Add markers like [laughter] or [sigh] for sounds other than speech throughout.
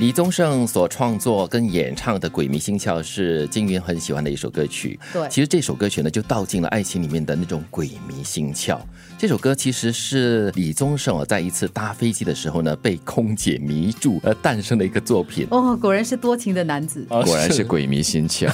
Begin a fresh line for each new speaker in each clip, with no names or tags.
李宗盛所创作跟演唱的《鬼迷心窍》是金云很喜欢的一首歌曲。
对
其实这首歌曲呢，就道尽了爱情里面的那种鬼迷心窍。这首歌其实是李宗盛哦，在一次搭飞机的时候呢，被空姐迷住而诞生的一个作品。
哦，果然是多情的男
哦
子。
果然是鬼迷心窍，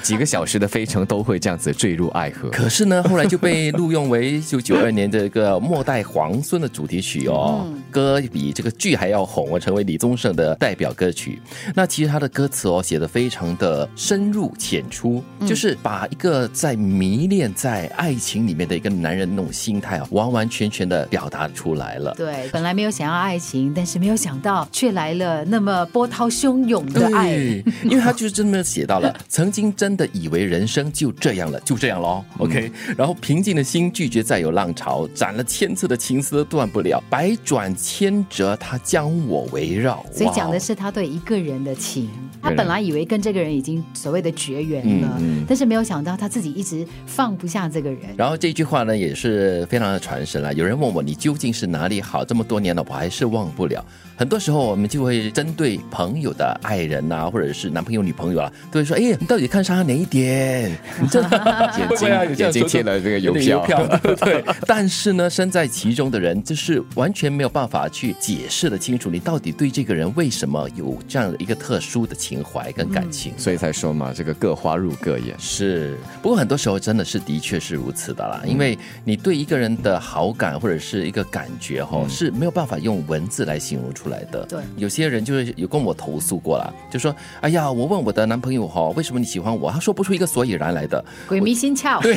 几个小时的飞程都会这样子坠入
[laughs]
爱河。
可是呢，后来就被录用为就九二年这个《末代皇孙》的主题曲哦，歌比这个剧还要红哦，成为李宗盛的代表歌曲。那其实他的歌词哦写的非常的深入浅出，就是把一个在迷恋在爱情里面的一个男人那种心态啊，完完全全的表达出来了。
对，本来没有想要爱情，但是没有想到却来了那么波涛汹涌的爱。
对，因为他就是这么写
[laughs]
到了，曾经真的以为人生就这样了，就这样咯 OK，、然后
嗯
平静的心拒绝再有浪潮，斩了千次的情丝都断不了，百转千折，它将我围绕。
所以
哇哦
讲的是他对一个人的情，他
对
本来以为跟这个人已经所谓的绝缘了，
嗯
但是没有想到他自己一直放不下这个人。
然后这句话呢也是非常的传神了。有人问我你究竟是哪里好？这么多年了，我还是忘不了。很多时候我们就会针对朋友的爱人呐、或者是男朋友、女朋友啊，都会说：“哎，你到底看上他哪一点？你这眼
眼睛眼睛贴了这个邮
邮
票，
票， [laughs] 对。但是呢，身在其中的人，就是完全没有办法去解释的清楚，你到底对这个人为什么有这样的一个特殊的情怀跟感情。
嗯所以才说嘛，这个各花入各眼。
是，不过很多时候真的是的确是如此的
嗯
啦，因为你对一个人的好感或者是一个感觉哈、
嗯
是没有办法用文字来形容出来的。
对
有些人就是有跟我投诉过啦，就说：“哎呀，我问我的男朋友哈、为什么你喜欢我？他说不出一个所以然来的。”
鬼迷心窍，对，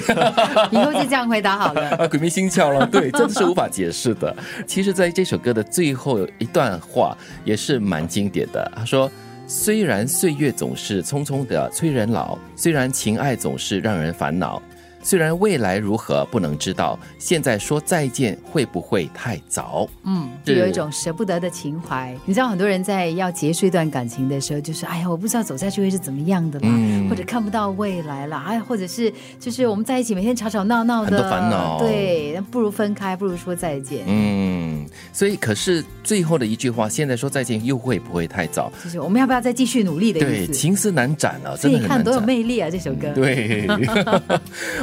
以后就这样回答好了。
[laughs] 啊，鬼迷心窍了，对，真的是无法解释
[laughs]
的。其实，在这首歌的最后一段话也是蛮经典的，他说。虽然岁月总是匆匆的催人老，虽然情爱总是让人烦恼，虽然未来如何不能知道，现在说再见会不会太早？
嗯，
是
就有一种舍不得的情怀。你知道，很多人在要结束一段感情的时候，就是哎呀，我不知道走下去会是怎么样的啦，
嗯
或者看不到未来啦，哎，或者是就是我们在一起每天吵吵闹闹的，
很多烦恼
对，那不如分开，不如说再见。
嗯，所以可是最后的一句话，现在说再见又会不会太早？
就是我们要不要再继续努力的
对，
意思？
情丝难斩啊，
所
真
以
的
你
很
看
难
多有
斩。
魅力啊！这首歌，
[laughs]
[laughs]
对，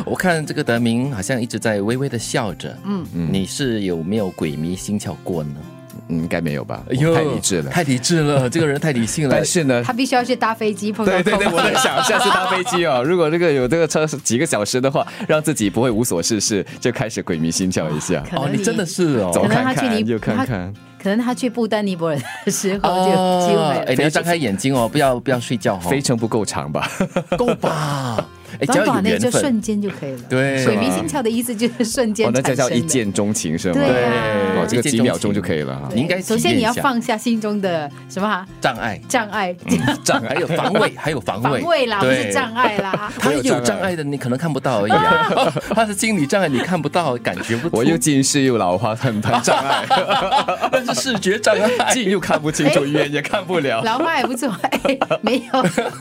我看这个德明好像一直在微微的笑着。嗯，你是有没有鬼迷心窍过呢？
嗯应该没有吧？我太理智了。
哎太理智
[laughs]
了，这个人太理性了哦
但。是呢，
他必须要去搭飞机碰到
对对对，
空
我在想，下次搭飞机哦，如果这个有这个车几个小时的话，让自己不会无所事事，就开始鬼迷心窍一下。
可
哦，
能
你真的是哦。
走
可能
看
他去尼
看，又看
他
看，
可能他去不丹尼泊尔的时候就有机
哦，
会
哎，
了。
你要张开眼睛哦，不要不要睡觉
飞
哦，
程不够长吧？
[laughs] 够吧？哎，只
短
要有
短的
缘
就
分，
瞬间就可以了。
对
鬼迷心窍的意思就是瞬间
哦，那
产
这
生
叫
的。
一见钟情是吗？
对啊
哦，
一
这个
见
几
钟
秒钟
情
就可以了哈。
你应该
首
体
先
验
你要
一下
放下心中的什么啊
障碍，
障碍，
障还有防
[laughs]
卫，还有防
防
卫，
卫啦，
嗯
不
对
是障碍啦。
他
我有障
有
碍
障碍的，你可能看不到而已
[laughs]
啊。 [laughs] 他是心理障碍，你看不到，感觉不出。
我又近视又老花，很很障碍，
[laughs] 那是视觉障碍。
近又看不
哎
清楚，远也看不了。
老花也不错，哎，没有， [laughs]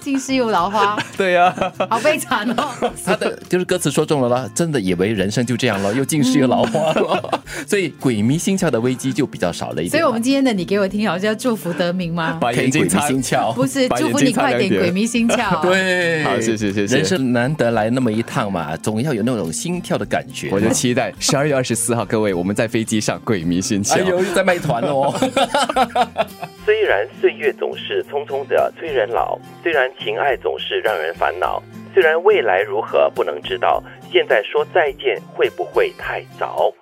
近视又老花，
对呀，
好悲惨
[laughs]
哦。
他的就是歌词说中了啦，真的以为人生就这
[laughs]
样了，又近视又老花了， [laughs] 所以鬼迷心窍的危机就比较少了一点啦。
嗯所以我们今天的你给我听，好像要祝福德明
[laughs]
吗？
把
可以鬼
眼睛
迷
擦。
心窍，
不是，
把眼
祝
睛
福你快
擦亮
点
点
鬼迷心窍。，
[laughs] 对，
好谢谢谢谢
人生难得来那么一趟嘛，总要有那种心跳的感觉。
我就期待十二月二十四号，各位我们在飞机上鬼迷心
哎
窍。
呦，又在卖团
[laughs]
[laughs]
哦。 [laughs]
虽然岁月总是匆匆的催人老，虽然情爱总是让人烦恼，虽然未来如何不能知道，现在说再见会不会太早？